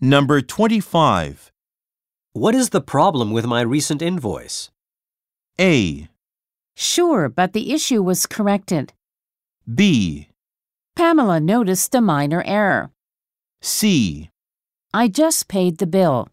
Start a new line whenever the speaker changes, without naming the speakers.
Number 25.
What is the problem with my recent invoice?
A.
Sure, but the issue was corrected.
B.
Pamela noticed a minor error.
C.
I just paid the bill.